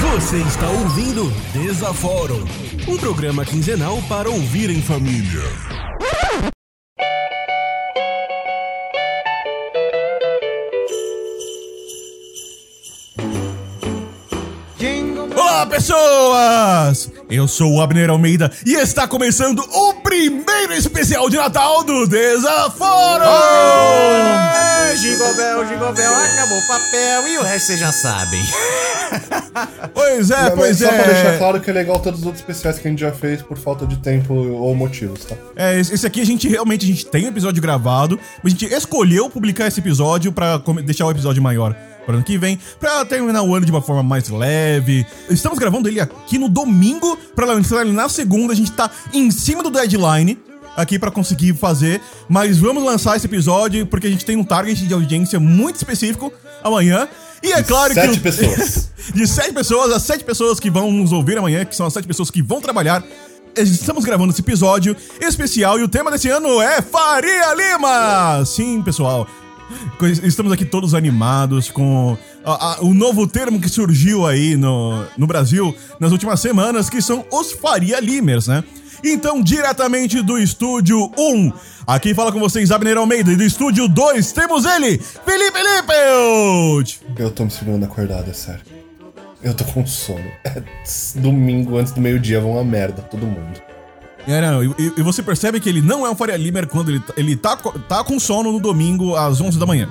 Você está ouvindo Desaforo, um programa quinzenal para ouvir em família. Olá, pessoas! Eu sou o Abner Almeida e está começando o primeiro especial de Natal do Desaforo! É, Jingle Bell, Jingle Bell, acabou o papel e o resto vocês já sabem. Pois é, pois só pra deixar é. claro que é legal todos os outros especiais que a gente já fez por falta de tempo ou motivos, tá? É, esse esse aqui a gente realmente a gente tem um episódio gravado, mas a gente escolheu publicar esse episódio pra come- deixar o episódio maior para ano que vem, pra terminar o ano de uma forma mais leve. Estamos gravando ele aqui no domingo pra lançar ele na segunda. A gente tá em cima do deadline aqui pra conseguir fazer, mas vamos lançar esse episódio porque a gente tem um target de audiência muito específico amanhã. E é claro que Sete o- pessoas. de sete pessoas, as sete pessoas que vão nos ouvir amanhã, que são as sete pessoas que vão trabalhar. Estamos gravando esse episódio especial e o tema desse ano é Faria Lima! Sim, pessoal. Co- Estamos aqui todos animados com a- a- o novo termo que surgiu aí no, no Brasil nas últimas semanas, que são os Faria Limers, né? Então, diretamente do estúdio 1, aqui fala com vocês Abner Almeida, e do estúdio 2 temos ele, Felipe Lippelt! Eu tô me segurando acordado, é sério. Eu tô com sono. É domingo antes do meio-dia, vão a merda, todo mundo. É, não, e, e- e você percebe que ele não é um Faria Limer quando ele, tá- ele tá, co- tá com sono no domingo às 11 da manhã.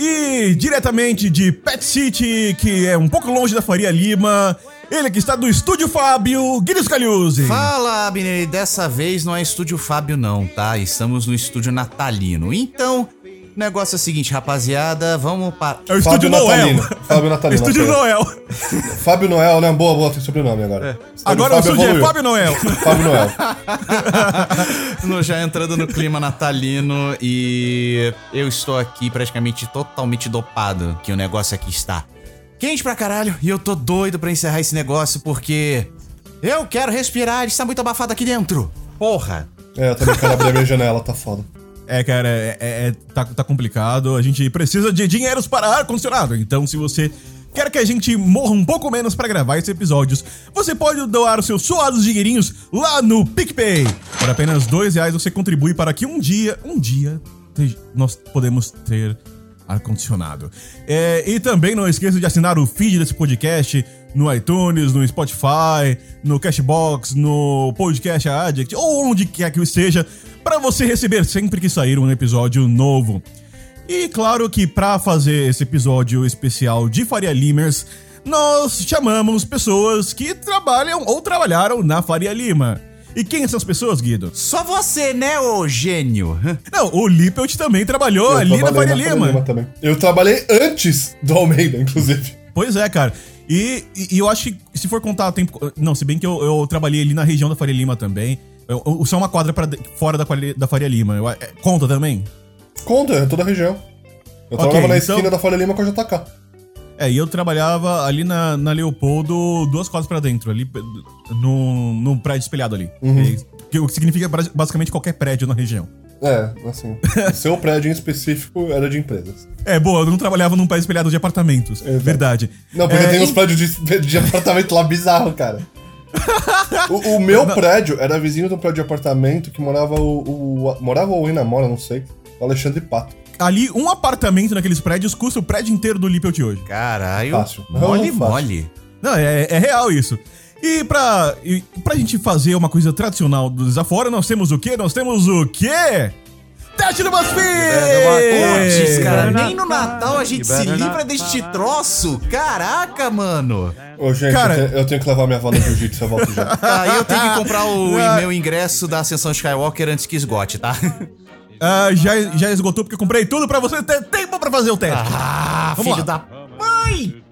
E diretamente de Pet City, que é um pouco longe da Faria Lima, ele que está do Estúdio Fábio, Guilherme Scaliuzzi. Fala, Abner, e dessa vez não é estúdio Fábio não, tá? Estamos no estúdio natalino. Então, o negócio é o seguinte, rapaziada, vamos para... É o Estúdio Noel. Natalino. Fábio É o Natalino. Estúdio ok. Noel. Fábio Noel, né? Boa, boa, tem sobrenome agora. É. tá Agora o estúdio é evoluiu. Fábio Noel. Fábio Noel. No- já entrando no clima natalino e eu estou aqui praticamente totalmente dopado, que o negócio aqui está quente pra caralho e eu tô doido pra encerrar esse negócio porque eu quero respirar, está muito abafado aqui dentro. Porra! É, eu também quero abrir a minha janela, tá foda. É, cara, é, é- é- tá, tá complicado. A gente precisa de dinheiros para ar-condicionado. Então, se você quer que a gente morra um pouco menos para gravar esses episódios, você pode doar os seus suados dinheirinhos lá no PicPay. Por apenas dois reais você contribui para que um dia, um dia, te- nós podemos ter ar-condicionado. É, e também não esqueça de assinar o feed desse podcast no iTunes, no Spotify, no Cashbox, no Podcast Addict, ou onde quer que esteja, para você receber sempre que sair um episódio novo. E claro que para fazer esse episódio especial de Faria Limers, nós chamamos pessoas que trabalham ou trabalharam na Faria Lima. E quem são as pessoas, Guido? Só você, né, ô gênio? Não, o Lippelt também trabalhou Eu ali na trabalhei é Faria Lima. também. Eu trabalhei antes do Almeida, inclusive. Pois é, cara. E, e- e eu acho que se for contar tempo. Não, se bem que eu, eu trabalhei ali na região da Faria Lima também. Eu, eu- só uma quadra pra de- fora da, Faria- da Faria Lima. Eu- é, conta também? Conta, é toda a região. Ok, Eu trabalhava na então- esquina da Folha Lima com a JK. É, e eu trabalhava ali na, na Leopoldo, duas quadras pra dentro, ali p- no, no prédio espelhado ali. Uhum. E- que- o que significa bra- basicamente qualquer prédio na região. É, assim. o seu prédio em específico era de empresas. É, boa, eu não trabalhava num prédio espelhado de apartamentos. Exato. Verdade. Não, porque É, tem uns e- prédios de, de apartamento lá bizarro, cara. O, o meu prédio era vizinho de um prédio de apartamento que morava o. o- a- morava ou ainda mora, não sei. O Alexandre Pato. Ali, um apartamento naqueles prédios custa o prédio inteiro do Lippelt hoje. Caralho. É Fácil. um Mole, Fácil. mole. Não, é, é real isso. E pra, e pra gente fazer uma coisa tradicional do Desaforo, nós temos o quê? Nós temos o quê? Teste do BuzzFeed! É, É. Putz, cara, Libera nem no Natal, Natal a gente se libera livra Natal. deste troço. Caraca, mano. Ô, gente, Cara- eu, tenho, eu tenho que levar minha avó no jiu-jitsu, eu volto já. Aí eu tenho que comprar o Ah. meu ingresso da Ascensão Skywalker antes que esgote, tá? Ah, já, já esgotou porque eu comprei tudo pra você ter tempo pra fazer o teste. Ah, Vamos filho lá. da mãe!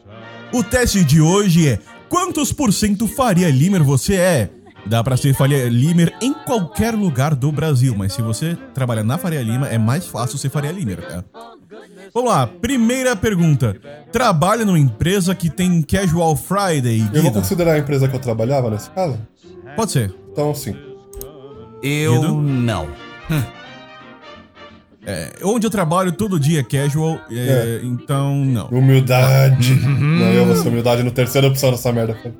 O teste de hoje é quantos por cento Faria Limer você é? Dá pra ser Faria Limer em qualquer lugar do Brasil, mas se você trabalha na Faria Lima, é mais fácil ser Faria Limer, tá? Vamos lá, primeira pergunta. Trabalha numa empresa que tem Casual Friday, Eu vou Guido? considerar a empresa que eu trabalhava nesse caso? Pode ser. Então, sim. Eu Guido? não. É, É. onde eu trabalho todo dia é casual, é, então não. Uhum. Humildade. Não, eu vou essa humildade no terceira opção dessa merda. cara.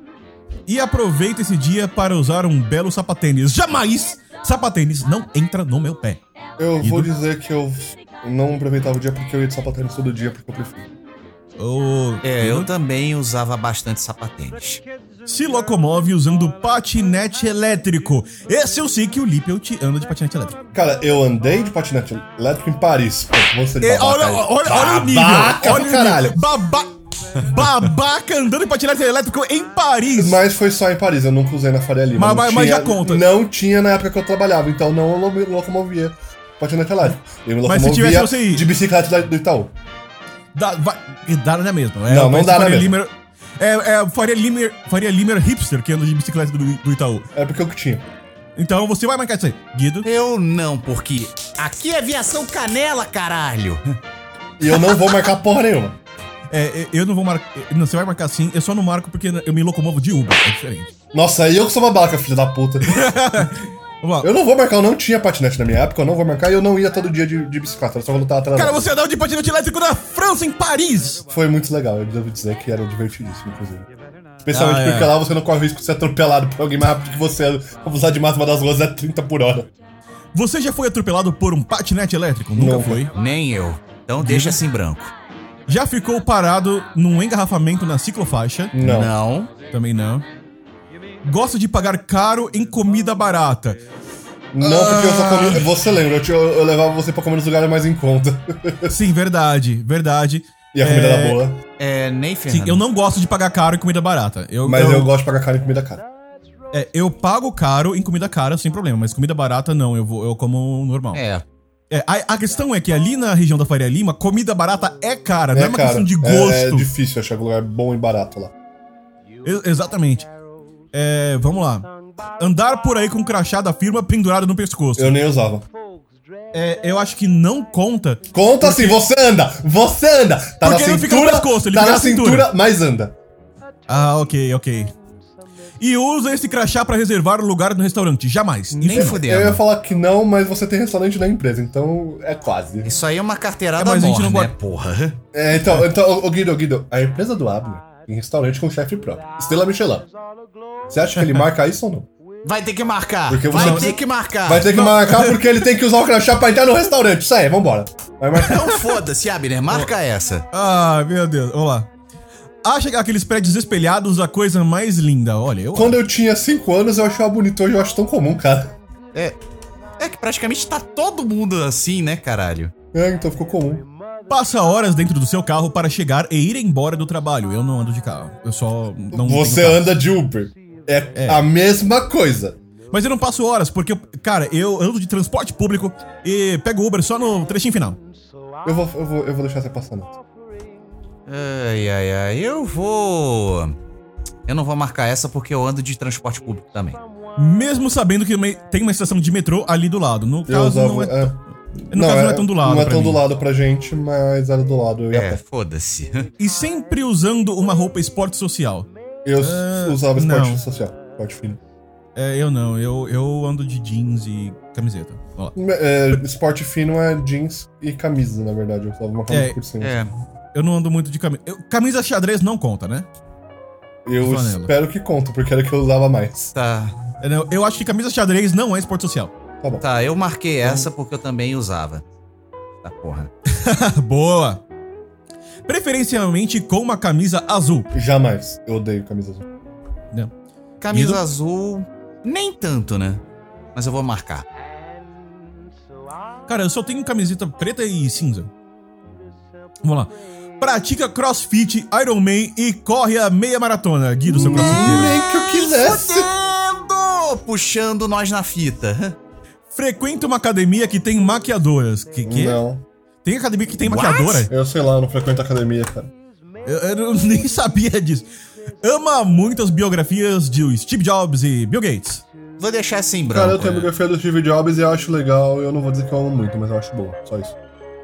E aproveita esse dia para usar um belo sapatênis. Jamais sapatênis não entra no meu pé. Eu Ido? vou dizer que eu não aproveitava o dia porque eu ia de sapatênis todo dia, porque eu prefiro. Ô, É, eu também usava bastante sapatênis. Se locomove usando patinete elétrico. Esse eu sei que o Lipe eu te anda de patinete elétrico. Cara, eu andei de patinete elétrico em Paris. Pô, Você de É, babaca olha, aí. olha, olha o nível. Babaca olha do o caralho. nível. Baba- Babaca andando de patinete elétrico em Paris. Mas foi só em Paris, eu nunca usei na Faria Lima. Mas- Não mas- mas já conta. Não tinha na época que eu trabalhava, então não eu lo- locomovia patinete elétrico. Eu me Mas locomovia se tivesse, você ia. de bicicleta da- do Itaú. Dá, vai, e dá na mesma. É, Não, não parece dá na Faria mesma. Limer, é, é o Faria Limer, Faria Limer hipster que anda de bicicleta do, do Itaú. É porque eu que tinha. Então você vai marcar isso aí. Guido. é, Eu não, porque aqui é aviação canela, caralho. E eu não vou marcar porra nenhuma. É, é, eu não vou marcar. Não, você vai marcar sim. Eu só não marco porque eu me locomovo de Uber. É diferente. Nossa, aí eu que sou babaca, filho da puta. Vamos lá. Eu não vou marcar, eu não tinha patinete na minha época, eu não vou marcar e eu não ia todo dia de, de bicicleta, era só quando tava atrasado. Cara, você andava de patinete elétrico na França, em Paris! Foi muito legal, eu devo dizer que era divertidíssimo, inclusive. Especialmente Ah, é. porque lá você não corre o risco de ser atropelado por alguém mais rápido que você. A velocidade de máxima das ruas é 30 por hora. Você já foi atropelado por um patinete elétrico? Nunca Não. foi. Nem eu. Então deixa assim branco. Já ficou parado num engarrafamento na ciclofaixa? Não. Não. Também não. Gosta de pagar caro em comida barata. Não, porque eu só Ah. comi. Você lembra, eu, te- eu- eu levava você pra comer nos lugares mais em conta. Sim, verdade, verdade. E a comida É, era boa. É, nem Fernando. Sim, eu não gosto de pagar caro em comida barata. Eu, Mas eu, eu gosto de pagar caro em comida cara. é, eu pago caro em comida cara sem problema, mas comida barata não, eu, vou, eu como normal. É. É, a, a questão é que ali na região da Faria Lima, comida barata é cara, não é uma cara, questão de É, é gosto. difícil achar um lugar bom e barato lá. E- exatamente. É, vamos lá. Andar por aí com o crachá da firma pendurado no pescoço. Eu nem usava. É, eu acho que não conta. Conta assim, você anda! Você anda! Tá Porque na não fica no cintura, pescoço, ele tá fica na na cintura. cintura, mas anda. Ah, ok, ok. E usa esse crachá pra reservar o lugar no restaurante. Jamais. Nem Isso não. fudendo. Eu ia falar que não, mas você tem restaurante na empresa, então é quase. Isso aí é uma carteirada É, mas a gente mor, não né, bota- porra? É, então, então ô, ô, Guido, ô, Guido, a empresa do Abner tem restaurante com chefe próprio. Estrela Michelin. Você acha que ele marca isso ou não? Vai ter que marcar. Porque você- Vai você- ter que Ah, marcar. Vai ter que marcar porque ele tem que usar o crachá pra entrar no restaurante. Isso aí, vambora. Vai marcar. Então foda-se, Abner. Marca essa. Ah, meu Deus. Vamos lá. Acha que aqueles prédios espelhados a coisa mais linda. Olha, eu. Quando eu tinha 5 anos, eu achava bonito. Hoje eu acho tão comum, cara. É. É que praticamente tá todo mundo assim, né, caralho? É, então ficou comum. Passa horas dentro do seu carro para chegar e ir embora do trabalho. Eu não ando de carro. Eu só não. Você tenho carro. anda de Uber. É, a mesma coisa. Mas eu não passo horas, porque, eu- cara, eu ando de transporte público e pego Uber só no trechinho final. Eu vou, eu vou, eu vou deixar você passar não. Ai, ai, ai. Eu vou. Eu não vou marcar essa porque eu ando de transporte público também. Mesmo sabendo que me- tem uma estação de metrô ali do lado. No Eu caso, usava. não é. é. No caso, não é tão do lado. Não é pra tão do mim. lado pra gente, mas era do lado. Eu, ia É, a pé. foda-se. E sempre usando uma roupa esporte social. eu s- Ah, usava esporte não. social, esporte fino. É, eu não. Eu, eu ando de jeans e camiseta. Ó. É, esporte fino é jeans e camisa, na verdade. Eu usava uma camisa É, por cima. É. Eu não ando muito de camisa. eu- camisa xadrez não conta, né? Eu Flanela. espero que conta, porque era que eu usava mais. Tá. Eu É, não- Eu acho que camisa xadrez não é esporte social. Tá bom. Tá, eu marquei essa porque eu também usava. Tá porra. Boa! Preferencialmente com uma camisa azul. Jamais. Eu odeio camisa azul. Não. Camisa Guido? azul, nem tanto, né? Mas eu vou marcar. Cara, eu só tenho camiseta preta e cinza. Vamos lá. Pratica crossfit, Iron Man e corre a meia maratona. Guido, seu crossfiteiro. Nem que eu quisesse. Fudendo! Puxando nós na fita. Frequenta uma academia que tem maquiadoras. Que, que? é? Não. Tem academia que tem What? maquiadora? Eu sei lá, eu não frequento academia, cara. Eu, eu não- nem sabia disso. Ama muitas biografias de Steve Jobs e Bill Gates. Vou deixar essa em Cara, eu é? branco. é. tenho a biografia do Steve Jobs e eu acho legal. Eu não vou dizer que eu amo muito, mas eu acho boa. Só isso.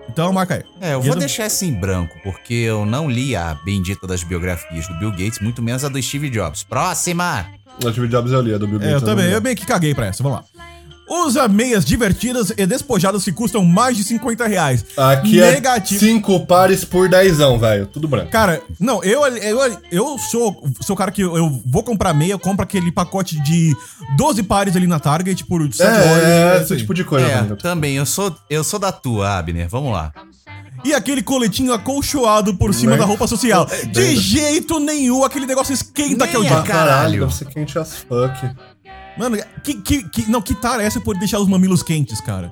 Então marca aí. É, eu Guido? vou deixar essa em branco, porque eu não li a bendita das biografias do Bill Gates, muito menos a do Steve Jobs. Próxima! O Steve Jobs eu li, a do Bill Gates. É, eu não também. li. Eu meio que caguei pra essa. Vamos lá. Usa meias divertidas e despojadas que custam mais de 50 reais. Aqui Negativo. é cinco pares por dezão, velho. Tudo branco. Cara, não, eu, eu, eu sou, sou o cara que eu, eu vou comprar meia, eu compro aquele pacote de 12 pares ali na Target por né? 7 dólares. É, é, isso esse aí. tipo de coisa. É, tá, velho. também, eu sou, eu sou da tua, Abner. Vamos lá. E aquele coletinho acolchoado por cima Né? da roupa social. De doido. jeito jeito nenhum, aquele negócio esquenta que eu Nem já. a caralho. deve ser quente as fuck. Mano, que, que, que, não, que tara é essa por deixar os mamilos quentes, cara?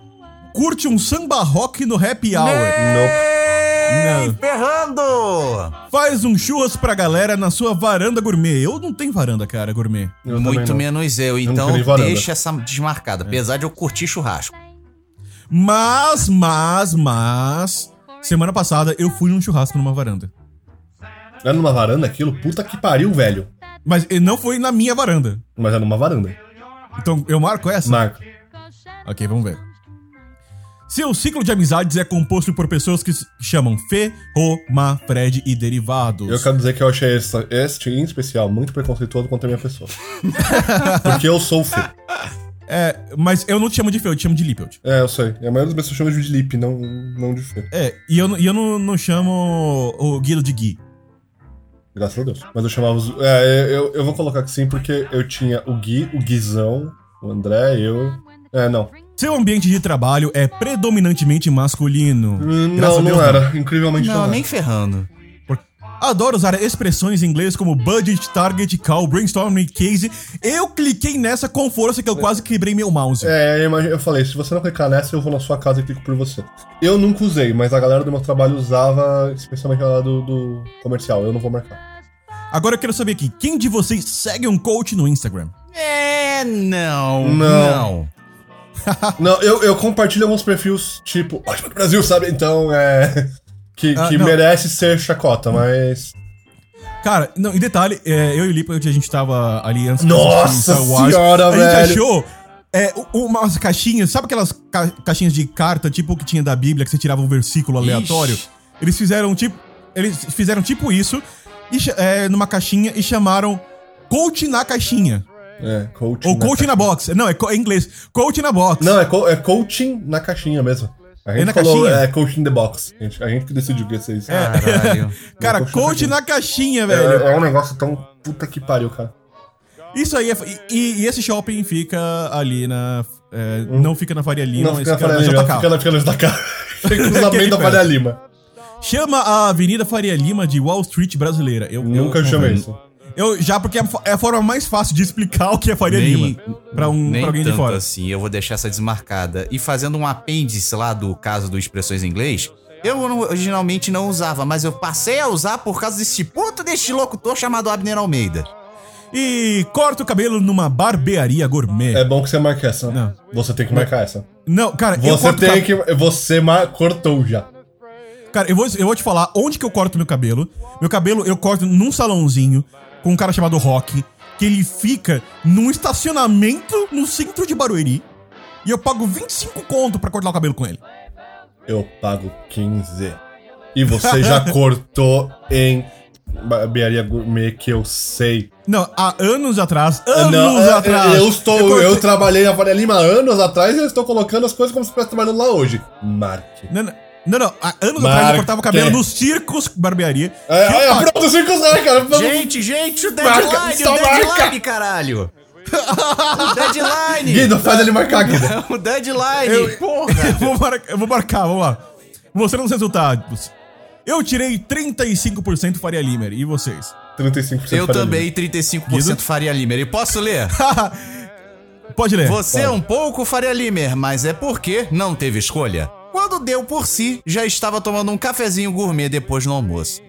Curte um samba rock no happy hour. Né? Ei, Não. Ferrando! Faz um churras pra galera na sua varanda gourmet. Eu não tenho varanda, cara, gourmet. Eu também Muito não. menos eu. Então nunca vi varanda. deixa essa É. desmarcada. Apesar de eu curtir churrasco. Mas, mas, mas. Semana passada eu fui num churrasco numa varanda. Era É numa varanda aquilo? Puta que pariu, velho. Mas eh, não foi na minha varanda. Mas era numa varanda. Então eu marco essa? Marco. Ok, vamos ver. Seu ciclo de amizades é composto por pessoas que se chamam Fê, Roma, Fred e derivados. Eu quero dizer que eu achei essa- este em especial muito preconceituoso contra a minha pessoa. Porque eu sou o Fê. É, mas eu não te chamo de Fê, eu te chamo de Lippelt. É, eu sei. E a maioria das pessoas chama de Lip, não, não de Fê. É, e eu, não- e eu não, não chamo o Guido de Gui. Graças a Deus. Mas eu chamava os. É, eu, eu vou colocar que sim, porque eu tinha o Gui, o Guizão, o André, eu. É, não. Seu ambiente de trabalho é predominantemente masculino. Hum, Graças a Não, Deus, não era. Incrivelmente não, Não, era. nem ferrando. Adoro usar expressões em inglês como budget, target, call, brainstorming, case. Eu cliquei nessa com força que eu quase quebrei meu mouse. É, eu, imagi- eu falei, se você não clicar nessa, eu vou na sua casa e clico por você. Eu nunca usei, mas a galera do meu trabalho usava, especialmente lá do, do comercial. Eu não vou marcar. Agora eu quero saber aqui, quem de vocês segue um coach no Instagram? É, não. Não. Não. Ah. não, eu, eu compartilho alguns perfis, tipo, ótimo do Brasil, sabe? Então, é. Que, Ah, que não. merece ser chacota, mas. Cara, não, e detalhe, é, eu e o Lipa, a gente tava ali antes do Nossa senhora, a gente velho. achou é, u- umas caixinhas, sabe aquelas ca- caixinhas de carta, tipo o que tinha da Bíblia, que você tirava um versículo aleatório? Ixi. Eles fizeram tipo. Eles fizeram tipo isso e, cha- é, numa caixinha e chamaram coach na caixinha. É, coaching. Ou na coach na box. Não, é, co- é em inglês. Coach na box. Não, é, co- é coaching na caixinha mesmo. A gente na falou, caixinha? é coaching the box. A gente, a gente que decidiu que ia ser isso. É, Caralho. Cara, é coach, coach na caixinha, velho. é um negócio tão puta que pariu, cara. Isso aí é. f- E, e- e esse shopping fica ali na. é, Não fica na Faria Lima, Hum. Não, mas fica na Faria na Lima, JK. fica na fica na JK. Fica no cruzamento da Aquele Faria Lima. Chama a Avenida Faria Lima de Wall Street brasileira. Eu, Nunca eu, chamei isso. Eu já, porque é a fo- é a forma mais fácil de explicar o que é Faria Nem- Lima pra, um, Nem pra alguém tanto de fora. assim, eu vou deixar essa desmarcada. E fazendo um apêndice lá do caso do Expressões em Inglês, eu não- originalmente não usava, mas eu passei a usar por causa desse puto deste locutor chamado Abner Almeida. E corta o cabelo numa barbearia gourmet. É bom que você marque essa. Não. Você tem que marcar essa. Não, cara, eu Você corto o tem cab- que. Você mar... cortou já. Cara, eu vou, eu vou te falar onde que eu corto meu cabelo. Meu cabelo eu corto num salãozinho com um cara chamado Rock, que ele fica num estacionamento no centro de Barueri. E eu pago 25 conto pra cortar o cabelo com ele. Eu pago 15. E você já cortou em barbearia gourmet que eu sei. Não, há anos atrás, anos eu- atrás. é, Eu, estou, eu, cortei- trabalhei na Faria Lima anos atrás e eu estou colocando as coisas como se estivesse trabalhando lá hoje. Marque. Não, não, não, não, há anos Marca. atrás eu cortava o cabelo nos circos barbearia. É, Que eu é, pago- pronto, 5 0 cara. Vamos- Gente, gente, o Marca, deadline, só o deadline, marca. caralho! O deadline! Guido, faz ele marcar, Guido. o deadline! Eu- Porra! eu, vou mar- eu vou marcar, vamos lá. Mostrando os resultados. Eu tirei 35% Faria Limer. E vocês? 35% Eu Faria também, Lima. 35% Faria Limer. E posso ler? Pode ler. Você é um pouco Faria Limer, mas é porque não teve escolha. Quando deu por si, já estava tomando um cafezinho gourmet depois do almoço.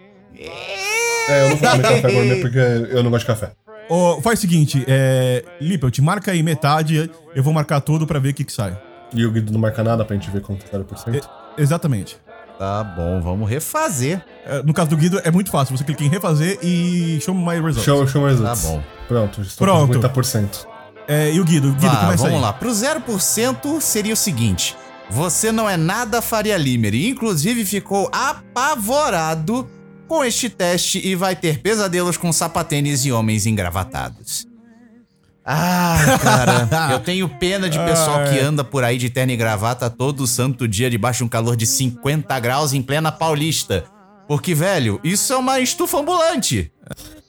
É, eu não vou comer café gourmet porque eu não gosto de café. Ô, faz o seguinte, é... Lipa, eu te marca aí metade, eu vou marcar tudo pra ver o que, que sai. E o Guido não marca nada pra gente ver quanto é 0%. Exatamente. Tá bom, vamos refazer. É, No caso do Guido, é muito fácil. Você clica em refazer e show me my results. Show, show Tá results. bom. Pronto, estou Pronto. com 50%. É, e o Guido? Guido, Vá, começa vamos aí. lá. Pro 0% seria o seguinte: você não é nada Faria Limer e inclusive ficou apavorado com este teste e vai ter pesadelos com sapatênis e homens engravatados. Ah, cara, eu tenho pena de pessoal que anda por aí de terno e gravata todo santo dia debaixo de um calor de 50 graus em plena Paulista. Porque, velho, isso é uma estufa ambulante.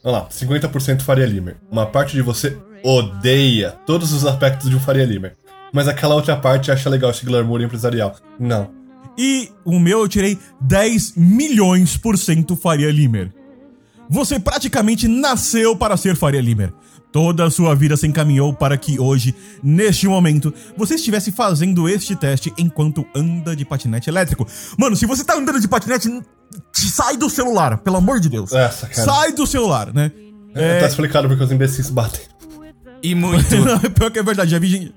Olha lá, 50% Faria Limer. Uma parte de você odeia todos os aspectos de um Faria Limer. Mas aquela outra parte acha legal esse glamour empresarial. Não. E o meu eu tirei 10 milhões por cento Faria Limer. Você praticamente nasceu para ser Faria Limer. Toda a sua vida se encaminhou para que hoje, neste momento, você estivesse fazendo este teste enquanto anda de patinete elétrico. Mano, se você tá andando de patinete, sai do celular, pelo amor de Deus. Essa, cara. sai do celular, né? É. Tá explicado porque os imbecis batem. E muito. Não, é pior que é verdade, já vi gente,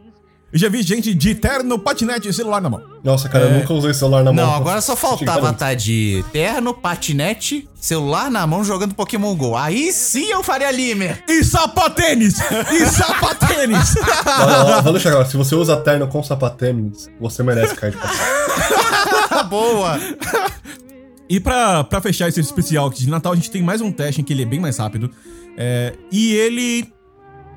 já vi gente de terno, patinete e celular na mão. Nossa, cara, eu nunca usei celular na mão. É. Não, agora só faltava Tinha que um- tá de terno, patinete, celular na mão jogando Pokémon GO. Aí sim eu faria Limer. E sapatênis! E sapatênis! parar. Olha lá, Vou deixar agora. Se você usa terno com sapatênis, você merece cair de patins. Tá boa. E pra, pra fechar esse especial aqui de Natal, a gente tem mais um teste em que ele é bem mais rápido. É, e ele.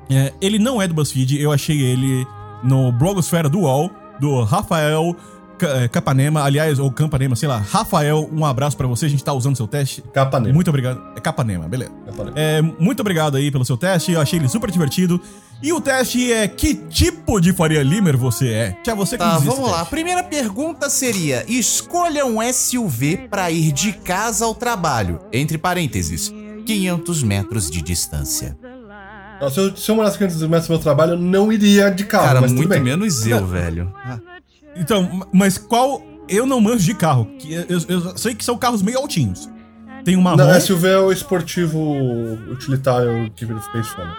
é, ele não é do BuzzFeed, eu achei ele no Blogosfera do UOL, do Rafael Ca- é, Capanema, aliás, ou Campanema, sei lá. Rafael, um abraço pra você, a gente tá usando seu teste. Capanema. Muito obrigado. É Capanema, beleza. Capanema. É, muito obrigado aí pelo seu teste, eu achei ele super divertido. E o teste é que tipo de Faria Limer você é? Tia, você que Tá, diz esse vamos lá. A teste. primeira pergunta seria: escolha um SUV pra ir de casa ao trabalho. Entre parênteses, 500 metros de distância. Não, Se eu, se eu morasse 500 metros do meu trabalho, eu não iria de carro, Cara, Ah, mas tudo muito bem. Ah, menos eu, velho. Então, ma- mas qual. Eu não manjo de carro. que Eu, eu- eu sei que são carros meio altinhos. Tem uma Tá Não, Honda. SUV é o esportivo utilitário que vira Space Fome.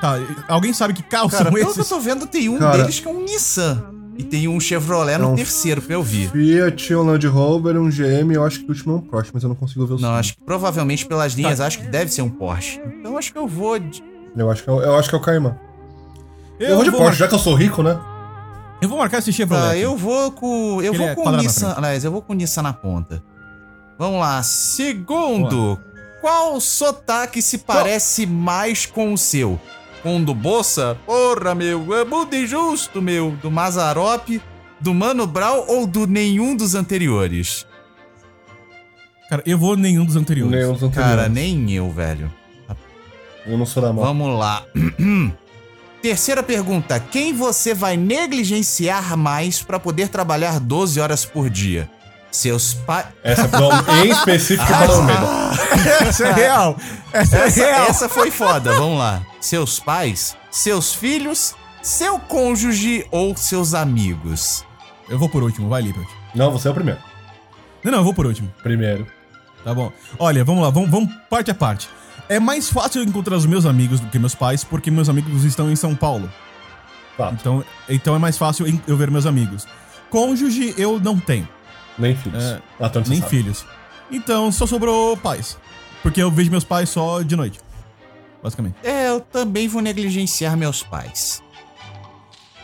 tá, alguém sabe que carros Cara, são pelo que eu esses? tô vendo, tem um Cara. É deles que é um Nissan. E tem um Chevrolet no Não. terceiro, pra eu ver. Fiat, um Land Rover, um GM, eu acho que o último é um Porsche, mas eu não consigo ver o Não, segundo. acho que provavelmente pelas linhas, Tá. acho que deve ser um Porsche. Então acho que eu vou. de- Eu acho que é, o- eu acho que é o Cayman. Eu, vou de Porsche, marcar, já que eu sou rico, né? eu vou marcar esse Chevrolet. Tá, aqui. eu vou com. Eu Ele vou é com o quadrado na Nissan. Aliás, eu vou com o Nissan na ponta. Vamos lá. Segundo, qual sotaque se parece mais com o seu? Com o do Bolsa? Porra, meu, é muito injusto, meu. Do Mazarop, do Mano Brown ou do nenhum dos anteriores? Cara, eu vou nenhum dos anteriores. Nem os anteriores. Cara, nem eu, velho. Eu não sou da mão. Vamos lá. Terceira pergunta: quem você vai negligenciar mais pra poder trabalhar 12 horas por dia? Seus pais. Essa é pra- em específico para o Almeida. Essa é real. Essa, Essa, é real. essa foi foda, vamos lá. Seus pais, seus filhos, seu cônjuge ou seus amigos? Eu vou por último, vai, Lippert. Não, você é o primeiro. Não, não, eu vou por último. Primeiro. Tá bom. Olha, vamos lá, vamos, vamos parte a parte. É mais fácil eu encontrar os meus amigos do que meus pais, porque meus amigos estão em São Paulo. Fato. Então, então é mais fácil em- eu ver meus amigos. Cônjuge eu não tenho. Nem filhos. É, Ah, tanto você Nem sabe. filhos. Então só sobrou pais. Porque eu vejo meus pais só de noite. Basicamente. É, eu também vou negligenciar meus pais.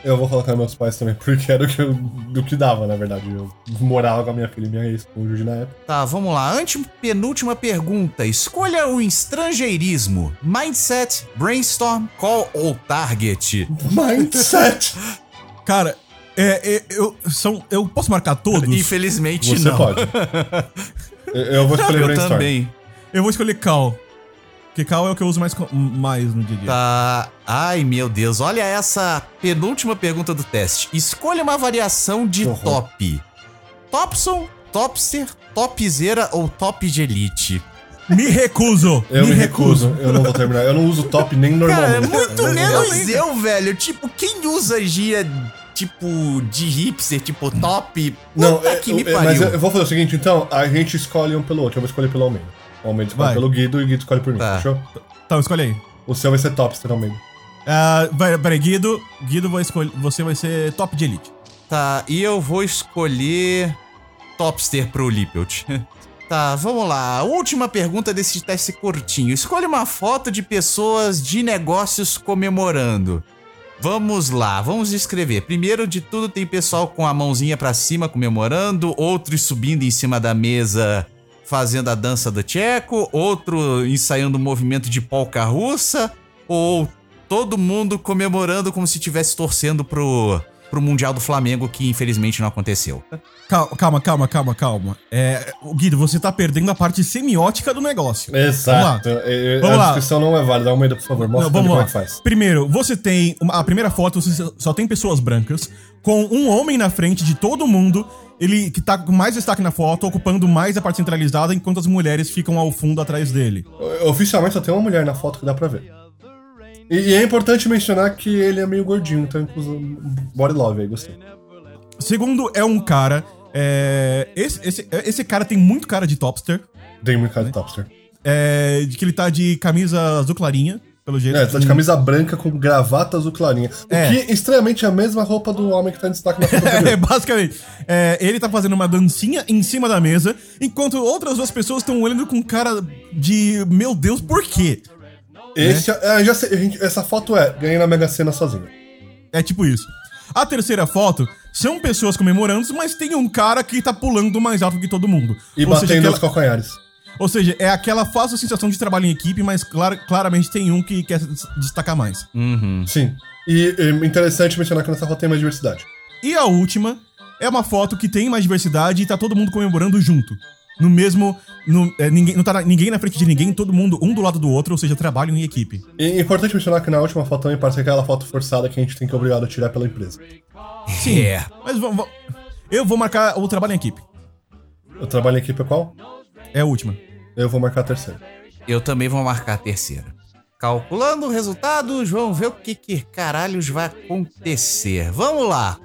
Eu vou colocar meus pais também, porque era o que, eu- do que dava, na verdade. Eu morava com a minha filha e minha ex-cônjuge na época. Tá, vamos lá. Antepenúltima pergunta. Escolha o estrangeirismo: mindset, brainstorm, call ou target? Mindset! Cara, é, é, eu, são, eu posso marcar todos? Infelizmente Você não. pode. Eu- Eu vou escolher Eu brainstorm. também. Eu vou escolher Cal. Porque Cal é o que eu uso mais, co- mais no dia a dia. Tá. Ai, meu Deus. Olha essa penúltima pergunta do teste. Escolha uma variação de Que horror. top. Topson, topster, topzera ou top de elite? Tá. Me recuso! Eu me recuso. Eu não vou terminar. Eu não uso top nem Cara, é normalmente. muito Eu- menos eu, velho. Tipo, quem usa gíria tipo de hipster, tipo top? Não, Puta é, que me é, mas pariu. eu, eu vou fazer o seguinte, então, a gente escolhe um pelo outro. Eu vou escolher pelo Almeida. O Almeida escolhe Vai. pelo Guido e o Guido escolhe por mim, Tá. fechou? Então, escolhe aí. O seu vai ser Topster, Almeida. Ah, vai- peraí, Guido. Guido, vai escolher, você vai ser top de elite. Tá, e eu vou escolher Topster pro Lippelt. tá, vamos lá. Última pergunta desse teste curtinho. Escolha uma foto de pessoas de negócios comemorando. Vamos lá, vamos escrever. Primeiro de tudo tem pessoal com a mãozinha pra cima comemorando, outros subindo em cima da mesa fazendo a dança do tcheco, outro ensaiando um movimento de polca russa, ou todo mundo comemorando como se estivesse torcendo pro, pro Mundial do Flamengo, que infelizmente não aconteceu. Calma, calma, calma, calma. calma. É, o Guido, você tá perdendo a parte semiótica do negócio. Exato. Vamos lá. É, é, Vamos a lá. descrição não é válida. Dá uma ideia, por favor. Mostra Não, pra vamos mim como lá. é que faz. Primeiro, você tem. uma- a primeira foto você só tem pessoas brancas, com um homem na frente de todo mundo. Ele que tá com mais destaque na foto, ocupando mais a parte centralizada, enquanto as mulheres ficam ao fundo atrás dele. Oficialmente só tem uma mulher na foto que dá pra ver. E, e é importante mencionar que ele é meio gordinho, então inclusive body love aí, gostei. Segundo, é um cara. é, esse, esse- esse cara tem muito cara de topster. Tem muito cara um de topster. É, de que ele tá de camisa azul clarinha, pelo jeito. É, tá de camisa branca com gravata azul clarinha. O É. que, estranhamente, é a mesma roupa do homem que tá em destaque na foto É, anterior. basicamente. É, ele tá fazendo uma dancinha em cima da mesa, enquanto outras duas pessoas estão olhando com cara de. Meu Deus, por quê? Esse, é, já sei, gente, essa foto é, ganhei na Mega Sena sozinho. É tipo isso. A terceira foto são pessoas comemorando, mas tem um cara que tá pulando mais alto que todo mundo. E ou, batendo seja, os aquela, calcanhares. ou seja, é aquela fácil sensação de trabalho em equipe, mas clar- claramente tem um que quer se destacar mais. Hum. Sim. E, e interessante mencionar que nessa foto tem mais diversidade. E a última é uma foto que tem mais diversidade e tá todo mundo comemorando junto. No mesmo. No, é, ninguém, não tá na- ninguém na frente de ninguém, todo mundo um do lado do outro, ou seja, trabalham em equipe. E importante mencionar que na última foto também parece aquela foto forçada que a gente tem que obrigado a tirar pela empresa. Sim. É. Mas vamos. vamos- eu vou marcar o trabalho em equipe. Eu trabalho em equipe qual? É a última. Eu vou marcar a terceira. Eu também vou marcar a terceira. Calculando os resultados, vamos ver o que, que caralhos vai acontecer. Vamos lá.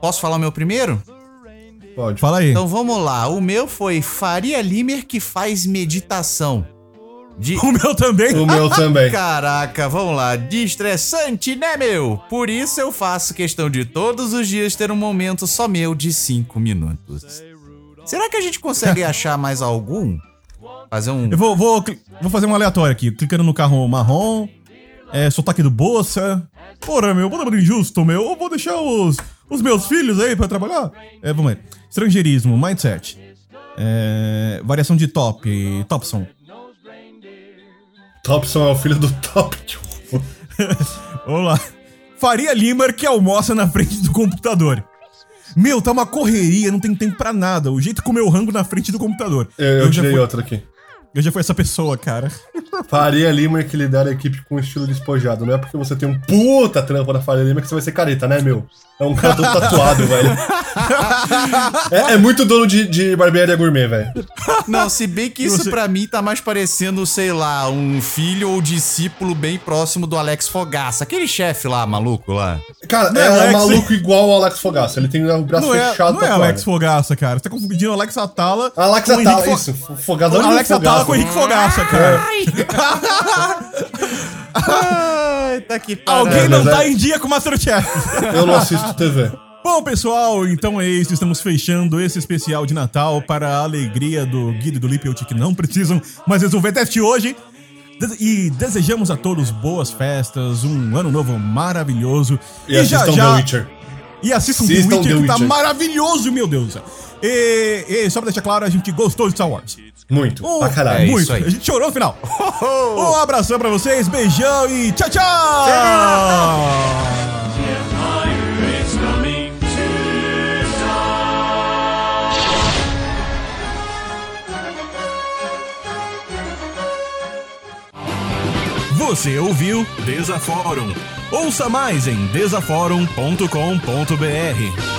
Posso falar o meu primeiro? Pode. Fala aí. Então vamos lá. O meu foi Faria Limer que faz meditação. De o meu também. O meu também. Caraca, vamos lá. De estressante, né, meu? Por isso eu faço questão de todos os dias ter um momento só meu de 5 minutos. Será que a gente consegue achar mais algum? Fazer um. Eu vou, vou, cli- vou fazer um aleatório aqui. Clicando no carro marrom. É, sotaque do Bolsa. Porra, meu, vou dar injusto, meu. Eu vou deixar os, os meus filhos aí pra trabalhar. É, vamos ver. Estrangeirismo, mindset. É, variação de top, Topson. Topson é o filho do Top. Olá. Faria Lima que almoça na frente do computador. Meu, tá uma correria, não tem tempo pra nada. O jeito como eu rango na frente do computador. É, Eu, eu já tirei fui, outra aqui. eu já fui essa pessoa, cara. Faria Lima é que lidera a equipe com estilo despojado. Não é porque você tem um puta trampo na Faria Lima que você vai ser careta, né, meu? É um cara todo tatuado, velho. É, é muito dono de, de barbearia gourmet, velho. Não, se bem que isso Você- pra mim tá mais parecendo, sei lá, um filho ou discípulo bem próximo do Alex Fogaça. Aquele chefe lá, maluco lá. Cara, Não é, é Alex, maluco igual ao Alex Fogaça. Ele tem o braço Não é, Tá fechado não é tatuado. Alex Fogaça, cara. Você tá confundindo Alex Atala Alex com o Henrique Atala, Fo- isso. é Fo- Fogazão de Alex Atala com o Henrique Fogaça, cara. Ai, tá que Alguém pariu. não mas tá é- em dia com o Masterchef. Eu não assisto TV. Bom, pessoal, então é isso. Estamos fechando esse especial de Natal para a alegria do Guido e do Lippelt, que não precisam mais resolver teste hoje. Des- E desejamos a todos boas festas, um ano novo maravilhoso. E, assistam The Witcher. E assistam The Assistam Witcher, The que tá Witcher. maravilhoso, meu Deus. E, e só pra deixar claro, a gente gostou de Star Wars. Muito. Um- pra caralho. É isso muito. aí. A gente chorou no final. Um abração pra vocês, beijão e tchau, tchau! Get higher, it's coming to Você ouviu Desaforum. Ouça mais em desaforum.com.br.